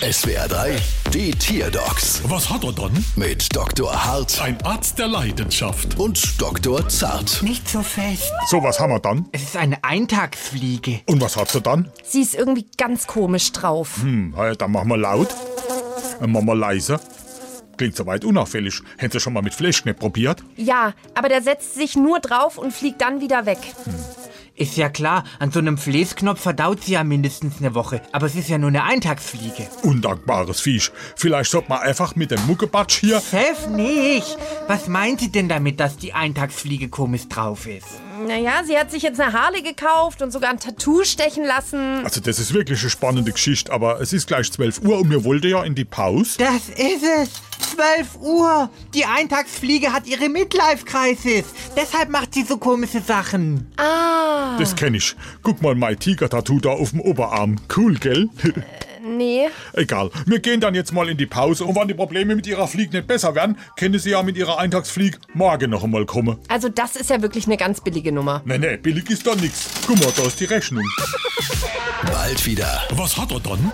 SWR 3, die Tierdocs Was hat er dann? mit Dr. Hart Ein Arzt der Leidenschaft. und Dr. Zart. Nicht so fest. So, was haben wir dann? Es ist eine Eintagsfliege. Und was hat sie dann? Sie ist irgendwie ganz komisch drauf. Hm, ja, dann machen wir laut. Dann machen wir leise. Klingt soweit unauffällig. Hätten Sie schon mal mit Fleischknepp probiert? Ja, aber der setzt sich nur drauf und fliegt dann wieder weg. Ist ja klar, an so einem Fleesknopf verdaut sie ja mindestens eine Woche. Aber es ist ja nur eine Eintagsfliege. Undankbares Viech. Vielleicht sollte man einfach mit dem Muckebatsch hier... Chef, nicht! Was meint sie denn damit, dass die Eintagsfliege komisch drauf ist? Naja, sie hat sich jetzt eine Harley gekauft und sogar ein Tattoo stechen lassen. Also das ist wirklich eine spannende Geschichte, aber es ist gleich 12 Uhr und wir wollten ja in die Pause. Das ist es! 12 Uhr! Die Eintagsfliege hat ihre Midlife-Crisis. Deshalb macht sie so komische Sachen. Das kenne ich. Guck mal mein Tiger-Tattoo da auf dem Oberarm. Cool, gell? Nee. Egal, wir gehen dann jetzt mal in die Pause und wenn die Probleme mit ihrer Fliege nicht besser werden, können sie ja mit ihrer Eintagsfliege morgen noch einmal kommen. Also das ist ja wirklich eine ganz billige Nummer. Nee, nee, billig ist da nix. Guck mal, da ist die Rechnung. Bald wieder. Was hat er dann?